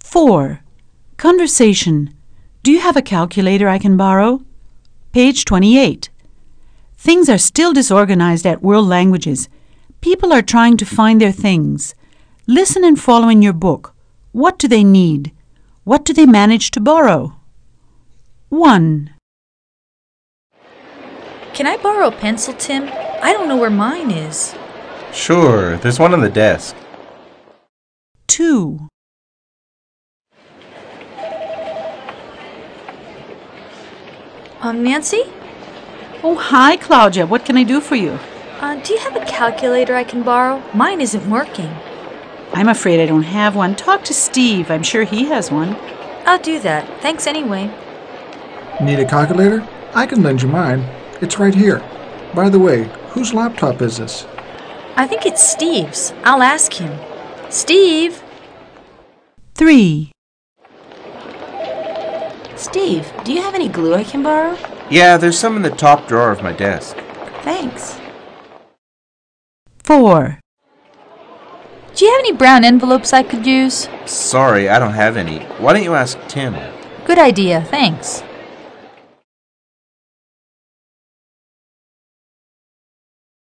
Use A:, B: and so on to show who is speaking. A: 4. Conversation. Do you have a calculator I can borrow? Page 28. Things are still disorganized at World Languages. People are trying to find their things. Listen and follow in your book. What do they need? What do they manage to borrow? 1.
B: Can I borrow a pencil, Tim? I don't know where mine is.
C: Sure, there's one on the desk.
A: 2.
B: Um, Nancy?
A: Oh, hi, Claudia. What can I do for you?
B: Uh, do you have a calculator I can borrow? Mine isn't working.
A: I'm afraid I don't have one. Talk to Steve. I'm sure he has one.
B: I'll do that. Thanks anyway.
D: Need a calculator? I can lend you mine. It's right here. By the way, whose laptop is this?
B: I think it's Steve's. I'll ask him. Steve!
A: 3.
E: Steve, do you have any glue I can borrow?
C: Yeah, there's some in the top drawer of my desk.
E: Thanks.
A: 4.
B: Do you have any brown envelopes I could use?
C: Sorry, I don't have any. Why don't you ask Tim?
B: Good idea, thanks.